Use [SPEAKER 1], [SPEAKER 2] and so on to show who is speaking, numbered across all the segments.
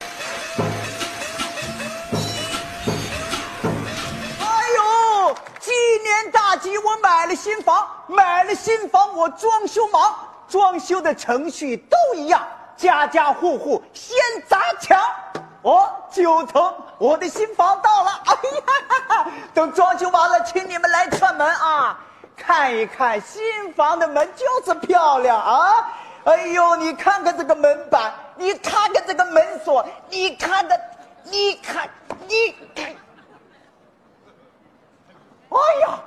[SPEAKER 1] 哎急，我买了新房，买了新房，我装修忙，装修的程序都一样，家家户户先砸墙。哦，九层，我的新房到了，哎呀，哈哈等装修完了，请你们来串门啊，看一看新房的门就是漂亮啊。哎呦，你看看这个门板，你看看这个门锁，你看的，你看，你看。哎呀，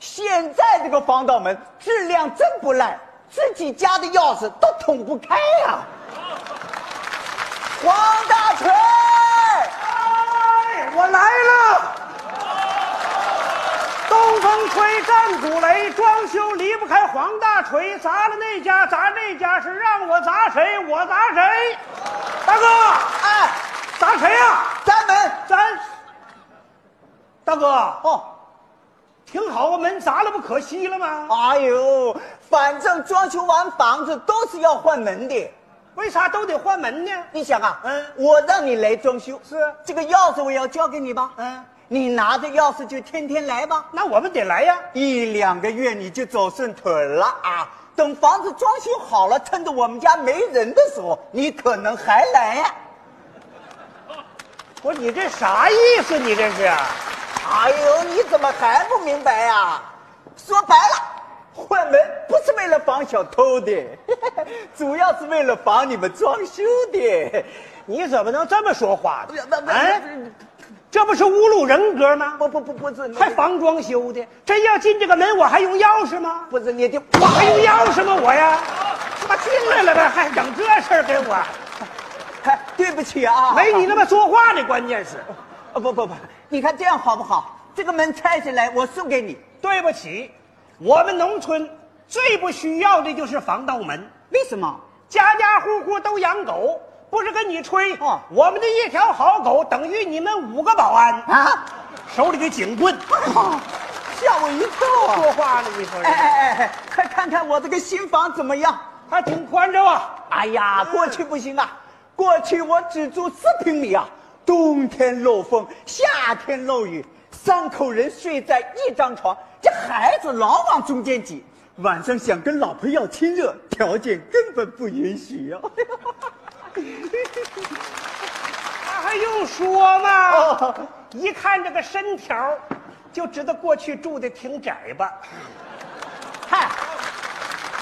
[SPEAKER 1] 现在这个防盗门质量真不赖，自己家的钥匙都捅不开呀、黄大锤，
[SPEAKER 2] 哎，我来了！东风吹战鼓擂，装修离不开黄大锤，砸了那家，砸那家，是让我砸谁，我砸谁。大哥，
[SPEAKER 1] 哎，
[SPEAKER 2] 砸谁呀、
[SPEAKER 1] 咱门
[SPEAKER 2] 咱，大哥，
[SPEAKER 1] 哦，
[SPEAKER 2] 挺好啊，门砸了不可惜了吗？
[SPEAKER 1] 哎呦，反正装修完房子都是要换门的。
[SPEAKER 2] 为啥都得换门呢？
[SPEAKER 1] 你想啊，
[SPEAKER 2] 嗯
[SPEAKER 1] 我让你来装修，
[SPEAKER 2] 是
[SPEAKER 1] 这个钥匙我要交给你吧，
[SPEAKER 2] 嗯，
[SPEAKER 1] 你拿着钥匙就天天来吧，
[SPEAKER 2] 那我们得来呀、
[SPEAKER 1] 一两个月你就走顺腿儿了啊。等房子装修好了，趁着我们家没人的时候，你可能还来呀、
[SPEAKER 2] 我说你这啥意思？你这是？
[SPEAKER 1] 哎呦，你怎么还不明白呀、说白了，换门不是为了防小偷的， 主要是为了防你们装修的。
[SPEAKER 2] 你怎么能这么说话呢？
[SPEAKER 1] 不不不
[SPEAKER 2] 哎，这不是侮辱人格吗？
[SPEAKER 1] 不不不不是，
[SPEAKER 2] 还防装修的，真要进这个门，我还用钥匙吗？
[SPEAKER 1] 不是你就
[SPEAKER 2] 我还用钥匙吗？我呀，他妈进来了呗，还整这事儿给我，
[SPEAKER 1] 哎，对不起啊，
[SPEAKER 2] 没你那么说话呢。关键是，哦
[SPEAKER 1] 啊不不不，你看这样好不好？这个门拆下来，我送给你。
[SPEAKER 2] 对不起，我们农村最不需要的就是防盗门，
[SPEAKER 1] 为什么？
[SPEAKER 2] 家家户户都养狗，不是跟你吹，
[SPEAKER 1] 哦
[SPEAKER 2] 我们的一条好狗等于你们五个保安，
[SPEAKER 1] 啊？
[SPEAKER 2] 手里的警棍。
[SPEAKER 1] 吓我一跳啊！
[SPEAKER 2] 说话呢，你说
[SPEAKER 1] 哎
[SPEAKER 2] 人
[SPEAKER 1] 哎哎哎，快看看我这个新房怎么样？
[SPEAKER 2] 还挺宽敞啊。
[SPEAKER 1] 哎呀，过去不行啊，过去我只住四平米啊，冬天漏风，夏天漏雨，三口人睡在一张床，这孩子老往中间挤。晚上想跟老婆要亲热，条件根本不允许啊！
[SPEAKER 2] 那还用说吗？
[SPEAKER 1] 哦
[SPEAKER 2] 一看这个身条，就知道过去住的挺窄吧，
[SPEAKER 1] 嗨，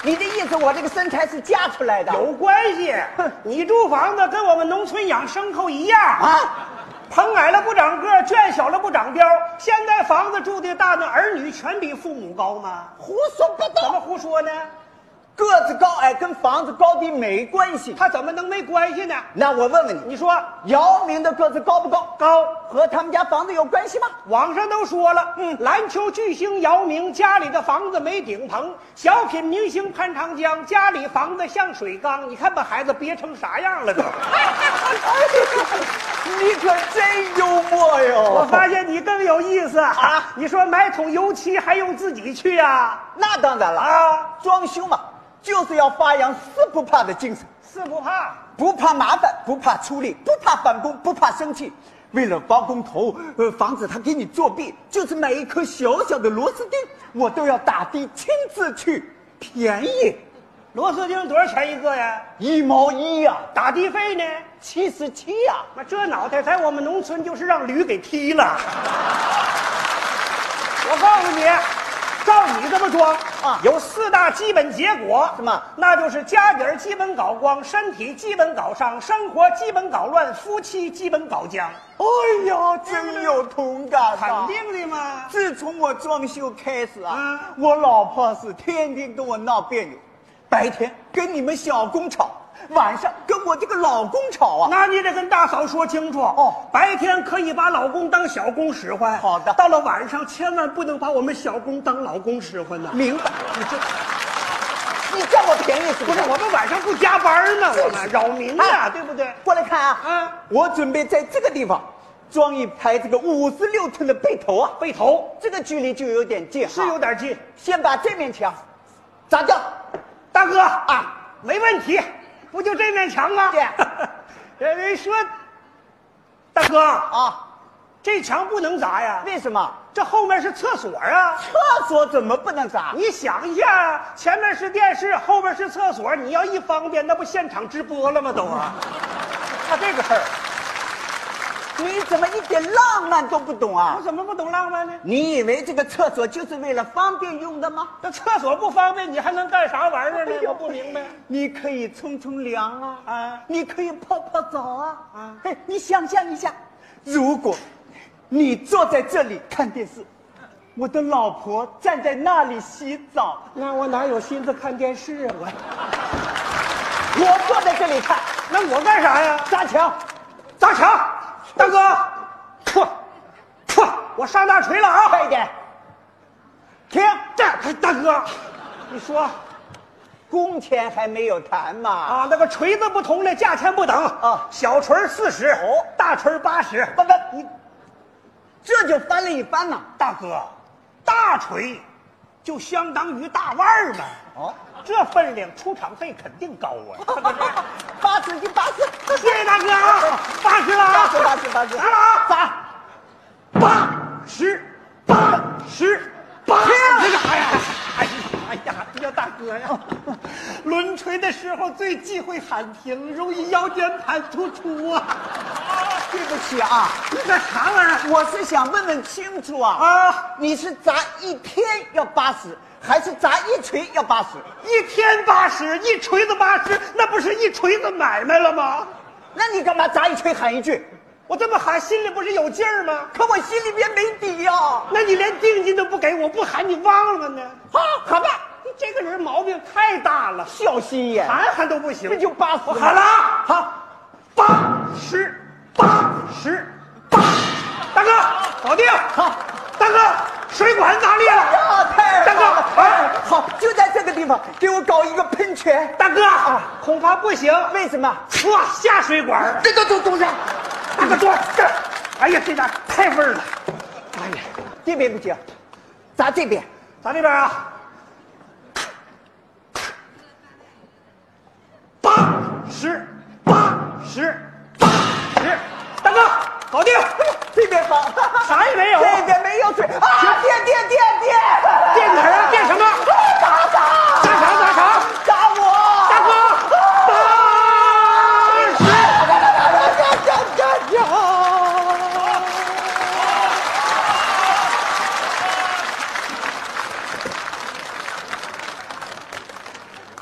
[SPEAKER 1] 你的意思我这个身材是嫁出来的？
[SPEAKER 2] 有关系。你住房子跟我们农村养牲口一样啊，
[SPEAKER 1] 啊？
[SPEAKER 2] 棚矮了不长个儿，圈小了不长膘。现在房子住的大，那儿女全比父母高吗？
[SPEAKER 1] 胡说八
[SPEAKER 2] 怎么
[SPEAKER 1] 道！
[SPEAKER 2] 胡说呢？
[SPEAKER 1] 个子高矮跟房子高低没关系。
[SPEAKER 2] 他怎么能没关系呢？
[SPEAKER 1] 那我问问你，
[SPEAKER 2] 你说
[SPEAKER 1] 姚明的个子高不高？
[SPEAKER 2] 高，
[SPEAKER 1] 和他们家房子有关 系吗？
[SPEAKER 2] 网上都说了，嗯，篮球巨星姚明家里的房子没顶棚，小品明星潘长江家里房子像水缸，你看把孩子憋成啥样了都。
[SPEAKER 1] 你可真幽默
[SPEAKER 2] 我
[SPEAKER 1] 哟！
[SPEAKER 2] 发现你更有意思
[SPEAKER 1] 啊
[SPEAKER 2] 啊！你说买桶油漆还用自己去啊？
[SPEAKER 1] 那当然了
[SPEAKER 2] 啊，
[SPEAKER 1] 装修嘛，就是要发扬四不怕的精神，
[SPEAKER 2] 是不怕？
[SPEAKER 1] 不怕麻烦，不怕出力，不怕返工，不怕生气。为了包工头，呃，防止他给你作弊，就是买一颗小小的螺丝钉，我都要打的亲自去，便宜
[SPEAKER 2] 螺丝钉多少钱一个呀？
[SPEAKER 1] 一毛一呀、啊，
[SPEAKER 2] 打的费呢？
[SPEAKER 1] 七十七啊呀、
[SPEAKER 2] 那这脑袋在我们农村就是让驴给踢了。我告诉你，照你这么装
[SPEAKER 1] 啊
[SPEAKER 2] 有四大基本结果。
[SPEAKER 1] 什么
[SPEAKER 2] 那就是家底儿基本搞光，身体基本搞伤，生活基本搞乱，夫妻基本搞僵。
[SPEAKER 1] 哎呀，真有同感
[SPEAKER 2] 肯
[SPEAKER 1] 呐、
[SPEAKER 2] 定的嘛。
[SPEAKER 1] 自从我装修开始啊，
[SPEAKER 2] 嗯
[SPEAKER 1] 我老婆是天天跟我闹别扭，白天跟你们小工吵，晚上跟我这个老公吵啊。
[SPEAKER 2] 那你得跟大嫂说清楚
[SPEAKER 1] 哦
[SPEAKER 2] 白天可以把老公当小公使唤，
[SPEAKER 1] 好的
[SPEAKER 2] 到了晚上千万不能把我们小公当老公使 唤呐。
[SPEAKER 1] 明白？你这，你占我便宜是
[SPEAKER 2] 不
[SPEAKER 1] 不
[SPEAKER 2] 是
[SPEAKER 1] 是？
[SPEAKER 2] 我们晚上不加班呢，
[SPEAKER 1] 是
[SPEAKER 2] 我们
[SPEAKER 1] 是
[SPEAKER 2] 扰民呐，
[SPEAKER 1] 哎
[SPEAKER 2] 对不对？
[SPEAKER 1] 过来看啊，
[SPEAKER 2] 嗯
[SPEAKER 1] 我准备在这个地方装一排这个五十六寸的背头啊，
[SPEAKER 2] 背头
[SPEAKER 1] 这个距离就有点近哈。
[SPEAKER 2] 是有，点近，
[SPEAKER 1] 先把这面墙砸掉。
[SPEAKER 2] 大哥
[SPEAKER 1] 啊，
[SPEAKER 2] 没问题，不就这面墙吗？
[SPEAKER 1] 对
[SPEAKER 2] 人家说，大哥，
[SPEAKER 1] 啊，
[SPEAKER 2] 这墙不能砸呀，
[SPEAKER 1] 为什么？
[SPEAKER 2] 这后面是厕所啊。
[SPEAKER 1] 厕所怎么不能砸？
[SPEAKER 2] 你想一下，前面是电视，后边是厕所，你要一方便，那不现场直播了吗？都啊，他这个事儿，
[SPEAKER 1] 你怎么一点浪漫都不懂啊
[SPEAKER 2] 我？怎么不懂浪漫呢？
[SPEAKER 1] 你以为这个厕所就是为了方便用的吗？
[SPEAKER 2] 这厕所不方便，你还能干啥玩意儿呢？我不明白。
[SPEAKER 1] 你可以冲冲凉啊，
[SPEAKER 2] 啊
[SPEAKER 1] 你可以泡泡澡啊，
[SPEAKER 2] 啊
[SPEAKER 1] 嘿，你想象一下，如果你坐在这里看电视，我的老婆站在那里洗澡，
[SPEAKER 2] 那我哪有心思看电视啊？我
[SPEAKER 1] 我坐在这里看，
[SPEAKER 2] 那我干啥呀？
[SPEAKER 1] 砸墙，
[SPEAKER 2] 砸墙，大哥，嚯，嚯，我上大锤了啊！
[SPEAKER 1] 快一点，停，
[SPEAKER 2] 这大哥，你说
[SPEAKER 1] 工钱还没有谈嘛？啊，
[SPEAKER 2] 啊，那个锤子不同的价钱不等
[SPEAKER 1] 啊
[SPEAKER 2] 小锤四十，
[SPEAKER 1] 哦
[SPEAKER 2] 大锤八十。
[SPEAKER 1] 不不，你这就翻了一番呐。
[SPEAKER 2] 大哥，大锤就相当于大腕儿嘛。
[SPEAKER 1] 哦，
[SPEAKER 2] 这分量出场费肯定高 啊！
[SPEAKER 1] 八十一八十，
[SPEAKER 2] 谢谢大哥啊，八十了
[SPEAKER 1] 八
[SPEAKER 2] 啊，
[SPEAKER 1] 十八十八十，
[SPEAKER 2] 来了啊，
[SPEAKER 1] 砸。
[SPEAKER 2] 八十，八十，八十，这干啥呀？哎呀，哎呀，哎呀，大哥呀！抡锤的时候最忌讳喊停，容易腰间盘突出啊！
[SPEAKER 1] 对不起啊，
[SPEAKER 2] 你干啥玩意儿
[SPEAKER 1] 我是想问问清楚啊
[SPEAKER 2] 啊？
[SPEAKER 1] 你是砸一天要八十，还是砸一锤要八十？
[SPEAKER 2] 一天八十，一锤子八十，那不是一锤子买卖了吗？
[SPEAKER 1] 那你干嘛砸一锤喊一句？
[SPEAKER 2] 我这么喊，心里不是有劲儿吗？
[SPEAKER 1] 可我心里边没底呀、啊！
[SPEAKER 2] 那你连定金都不给我，不喊你忘了呢？
[SPEAKER 1] 喊吧，
[SPEAKER 2] 你这个人毛病太大了，
[SPEAKER 1] 小心眼，
[SPEAKER 2] 喊喊都不行。
[SPEAKER 1] 这就八十。
[SPEAKER 2] 我喊了，啊，
[SPEAKER 1] 好，
[SPEAKER 2] 八十，八十，八。大哥，搞定。
[SPEAKER 1] 好，
[SPEAKER 2] 大哥，水管咋裂了？
[SPEAKER 1] 啊，太
[SPEAKER 2] 大哥
[SPEAKER 1] 好了
[SPEAKER 2] 哎
[SPEAKER 1] 好，就在这个地方给我搞一个喷泉。
[SPEAKER 2] 大哥，恐怕不行。
[SPEAKER 1] 啊为什么？
[SPEAKER 2] 唰，下水管儿。
[SPEAKER 1] 这都都都是，
[SPEAKER 2] 大哥，坐这儿。哎呀，这家太味儿了。哎呀，
[SPEAKER 1] 这边不行，砸这边。
[SPEAKER 2] 咱这边啊，八十，八十，八十，大哥，搞定，
[SPEAKER 1] 这边好，
[SPEAKER 2] 啥也没有
[SPEAKER 1] 这边没有水啊！电电电电，
[SPEAKER 2] 电哪儿啊？电什么？
[SPEAKER 1] 打打
[SPEAKER 2] 干啥干啥？
[SPEAKER 1] 打我！
[SPEAKER 2] 大哥，八十，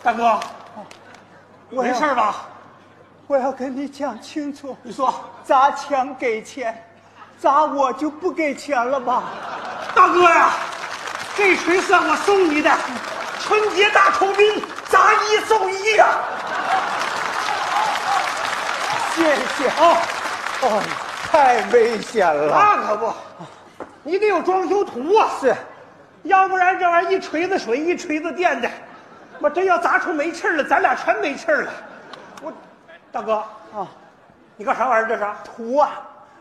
[SPEAKER 2] 大哥，没事儿吧？
[SPEAKER 1] 我要跟你讲清楚，
[SPEAKER 2] 你说，
[SPEAKER 1] 砸墙给钱，砸我就不给钱了吧？
[SPEAKER 2] 大哥呀，这锤算我送你的，春节大酬宾，砸一送一呀、
[SPEAKER 1] 谢谢。
[SPEAKER 2] 哦，
[SPEAKER 1] 哦，太危险了。
[SPEAKER 2] 那可不，你得有装修图啊，
[SPEAKER 1] 是，
[SPEAKER 2] 要不然这玩意儿一锤子水一锤子电的，我真要砸出没气儿了，咱俩全没气儿了。我，大哥，
[SPEAKER 1] 啊，
[SPEAKER 2] 你干啥玩意儿？这是？
[SPEAKER 1] 图啊，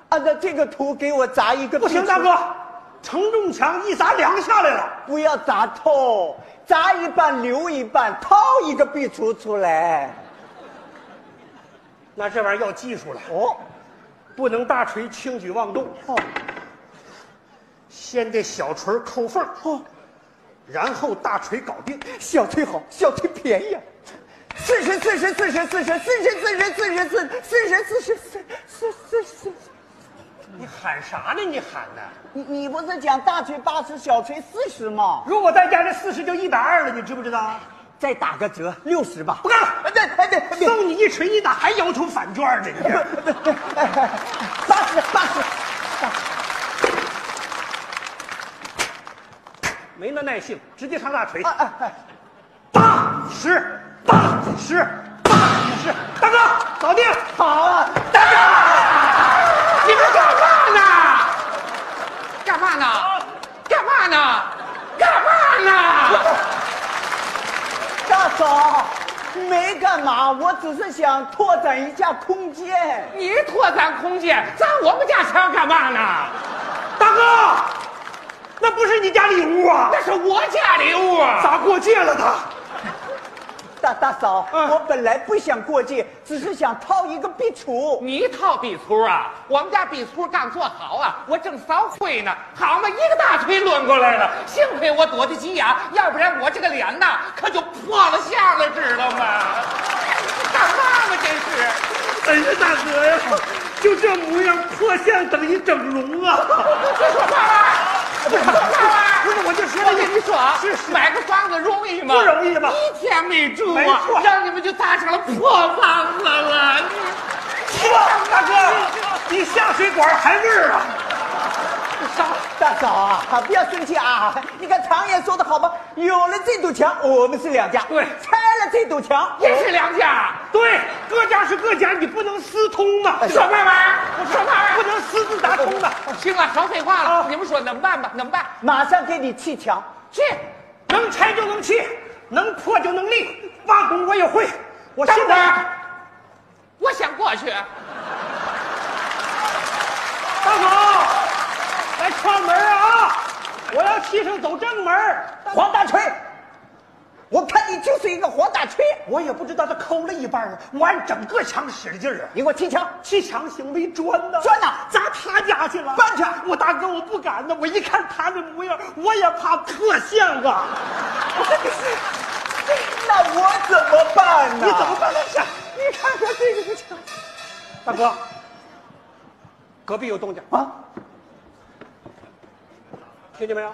[SPEAKER 1] 按照这个图给我砸一个。
[SPEAKER 2] 不行，大哥，承重墙一砸梁下来了。
[SPEAKER 1] 不要砸透，砸一半留一半，掏一个壁橱出来。
[SPEAKER 2] 那这玩意儿要技术了，
[SPEAKER 1] 哦，
[SPEAKER 2] 不能大锤轻举妄动，
[SPEAKER 1] 哦，
[SPEAKER 2] 先得小锤抠缝，
[SPEAKER 1] 哦，
[SPEAKER 2] 然后大锤搞定。
[SPEAKER 1] 小崔好，小崔便宜啊。四十四十四十四十四十四十四十四四十四十四四四十，嗯
[SPEAKER 2] 你喊啥呢？你喊呢？
[SPEAKER 1] 你你不是讲大锤八十，小锤四十吗？
[SPEAKER 2] 如果再加这四十，就一百二了，你知不知道？
[SPEAKER 1] 再打个折，六十吧。
[SPEAKER 2] 不干了，
[SPEAKER 1] 哎对哎对哎对，
[SPEAKER 2] 送你一锤，你咋还摇出反卷呢？你这。
[SPEAKER 1] 哎八十八十，
[SPEAKER 2] 没那耐性，直接上大锤。
[SPEAKER 1] 哎哎哎，
[SPEAKER 2] 八十，八十，八十，大哥，搞定！
[SPEAKER 1] 好啊！
[SPEAKER 2] 大哥，你们干嘛呢？
[SPEAKER 3] 干嘛呢？干嘛呢？干嘛呢？
[SPEAKER 1] 大嫂，没干嘛，我只是想拓展一下空间。
[SPEAKER 3] 你拓展空间，砸我们家墙干嘛呢？
[SPEAKER 2] 大哥，那不是你家里屋啊？
[SPEAKER 3] 那是我家里屋啊！
[SPEAKER 2] 咋过界了他？
[SPEAKER 1] 大大嫂，
[SPEAKER 2] 嗯
[SPEAKER 1] 我本来不想过界，只是想套一个壁橱。
[SPEAKER 3] 你套笔粗啊！我们家笔粗刚做好啊，我正扫灰呢，好嘛，一个大锤抡过来了，幸亏我躲得急眼，要不然我这个脸呐，可就破了相了，知道吗？干嘛嘛，真是！
[SPEAKER 2] 真是大哥哎呀，就这模样破相等于整容啊！
[SPEAKER 3] 说话吧，说话吧，
[SPEAKER 2] 不是，我就说
[SPEAKER 3] 我跟
[SPEAKER 2] 这
[SPEAKER 3] 你说啊，
[SPEAKER 2] 是是
[SPEAKER 3] 买个房子容易吗？
[SPEAKER 2] 不容易吧
[SPEAKER 3] 一天没住
[SPEAKER 2] 没
[SPEAKER 3] 啊
[SPEAKER 2] 错，
[SPEAKER 3] 让你们就搭成了破房子了。你
[SPEAKER 2] 哇，大哥，你下水管还味儿啊？
[SPEAKER 1] 大嫂啊，不要生气啊！你看常言说的好吧，有了这堵墙，我们是两家；
[SPEAKER 2] 对
[SPEAKER 1] 拆了这堵墙，
[SPEAKER 3] 也是两家，
[SPEAKER 2] 对，各家是各家，你不能私通啊，
[SPEAKER 1] 哎
[SPEAKER 3] 说话吧，说话吧
[SPEAKER 2] 不。能私自打通的。
[SPEAKER 3] 行了，少废话了，
[SPEAKER 2] 啊
[SPEAKER 3] 你们说能办吧？能办？
[SPEAKER 1] 马上给你砌墙。
[SPEAKER 3] 去，
[SPEAKER 2] 能拆就能砌，能破就能立，挖工我也会。我
[SPEAKER 3] 等
[SPEAKER 2] 现
[SPEAKER 3] 会
[SPEAKER 2] 在，
[SPEAKER 3] 儿，我想过去。
[SPEAKER 2] 大嫂，来串门啊！我要砌上走正门。
[SPEAKER 1] 黄大锤，我看你就是一个黄大锤，
[SPEAKER 2] 我也不知道他抠了一半啊，我按整个墙使劲啊。
[SPEAKER 1] 你给我砌墙。
[SPEAKER 2] 砌墙行没砖呢？
[SPEAKER 1] 砖呐
[SPEAKER 2] 砸他家去了。
[SPEAKER 1] 搬去
[SPEAKER 2] 我大哥我不敢呢，我一看他那模样，我也怕破相啊。
[SPEAKER 1] 那我怎么办呢？
[SPEAKER 2] 你怎么办呢？你看看这个墙。大哥，隔壁有动静啊，听见没有？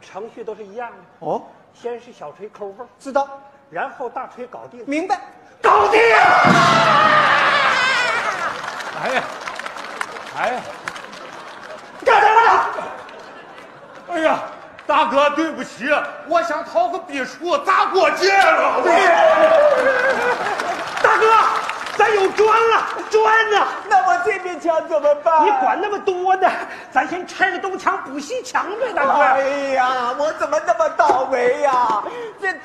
[SPEAKER 2] 程序都是一样的，
[SPEAKER 1] 哦，
[SPEAKER 2] 先是小锤抠缝，
[SPEAKER 1] 知道，
[SPEAKER 2] 然后大锤搞定，
[SPEAKER 1] 明白。
[SPEAKER 2] 搞定。
[SPEAKER 4] 哎呀，哎呀，
[SPEAKER 2] 干什么呢？
[SPEAKER 4] 哎呀，大哥，对不起，啊我想掏个笔触砸过界了。
[SPEAKER 2] 大哥，咱有砖了，砖呢？
[SPEAKER 1] 那我这面墙怎么办？
[SPEAKER 2] 你管那么多呢？咱先拆
[SPEAKER 1] 啊
[SPEAKER 2] 个东墙补西墙呗，大哥。
[SPEAKER 1] 哎呀，我怎么那么倒霉呀、这东。